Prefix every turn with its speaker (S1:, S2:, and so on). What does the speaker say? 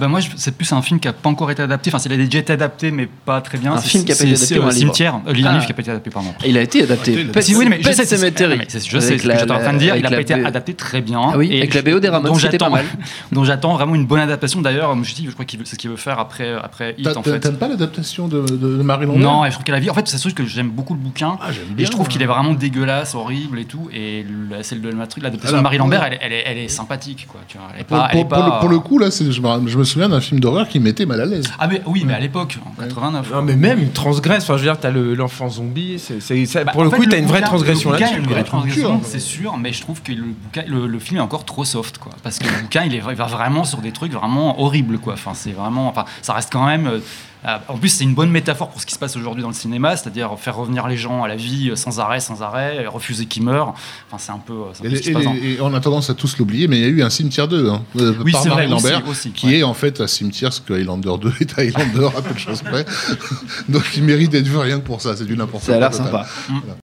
S1: Bah moi, je- c'est plus un film qui n'a pas encore été adapté. Enfin, il a déjà été adapté, mais pas très bien.
S2: Un
S1: C'est-
S2: film qui a pas
S1: c'est-
S2: été adapté
S1: c'est,
S2: ou un
S1: euh,
S2: livre
S1: Cimetière, euh, livre, un
S2: Ah.
S1: livre qui n'a pas été adapté, pardé.
S2: Il a été adapté.
S3: Ah, il a été
S2: Pet-
S3: adapté.
S1: oui, mais je
S2: Pet
S1: sais, c'est, Ah,
S2: Sematary.
S1: mais c'est- je sais
S2: Avec
S1: ce que
S2: la-
S1: j'étais en train de dire.
S2: avec
S1: Il n'a
S2: la
S1: pas été
S2: B-
S1: adapté très bien.
S2: Ah oui,
S1: Et
S2: avec la
S1: je-
S2: BO des Ramones,
S1: dont
S2: c'était pas
S1: j'attends-
S2: mal.
S1: Dont j'attends vraiment une bonne adaptation. D'ailleurs, je me suis dit, je crois qu'il veut- c'est ce qu'il veut faire après, après Hit, en
S3: T'a-
S1: fait.
S3: T'aimes pas l'adaptation de, de, de Marie Lambert
S1: Non, et je trouve qu'elle a vie. En fait, c'est sûr que j'aime beaucoup le bouquin.
S3: Ah, j'aime
S1: Et
S3: bien,
S1: je trouve
S3: hein.
S1: qu'il est vraiment dégueulasse, horrible et tout. Et la- celle de l'adaptation
S3: Ah,
S1: de
S3: là,
S1: Marie
S3: pour
S1: Lambert,
S3: le-
S1: elle, est- elle est, elle est sympathique. Quoi, tu vois. Elle est
S3: Pour,
S1: pas- elle
S3: pour-
S1: est
S3: pour
S1: pas-
S3: le, pour le coup, là, c'est- je me, je me souviens d'un film d'horreur qui m'était mal à l'aise.
S1: Ah, mais oui, mais à l'époque, en 89.
S4: Non, mais même, il transgresse. Enfin, je veux dire, t'as le- l'enfant zombie. c'est c'est- ça-
S1: Bah,
S4: pour
S1: en
S4: le
S1: fait,
S4: coup, t'as une vraie
S1: bouquin-
S4: transgression
S1: le bouquin, hein.
S4: là-dessus.
S1: une vraie
S3: quoi.
S1: transgression,
S3: Culture,
S1: c'est sûr, mais je trouve que le, bouquin- le, le film est encore trop soft, quoi. Parce que le bouquin, il, est, il va vraiment sur des trucs vraiment horribles, quoi. Enfin, c'est vraiment, enfin, ça reste quand même. euh, euh, en plus, c'est une bonne métaphore pour ce qui se passe aujourd'hui dans le cinéma, c'est-à-dire faire revenir les gens à la vie euh, sans arrêt, sans arrêt, euh, refuser qu'ils meurent. Enfin, c'est un peu, euh, c'est un
S3: Et,
S1: peu ce qui se passe.
S3: les-
S1: dans-
S3: et- et on a tendance à tous l'oublier, mais il y a eu un cimetière 2 hein, euh,
S1: Oui,
S3: par
S1: c'est vrai,
S3: Marie Lambert,
S1: aussi, aussi,
S3: qui
S1: ouais.
S3: est en fait un cimetière ce que Highlander 2 est Highlander à peu de choses près. Donc il mérite d'être vu rien que pour ça, c'est du n'importe quoi.
S2: Ça a l'air
S3: total.
S2: sympa.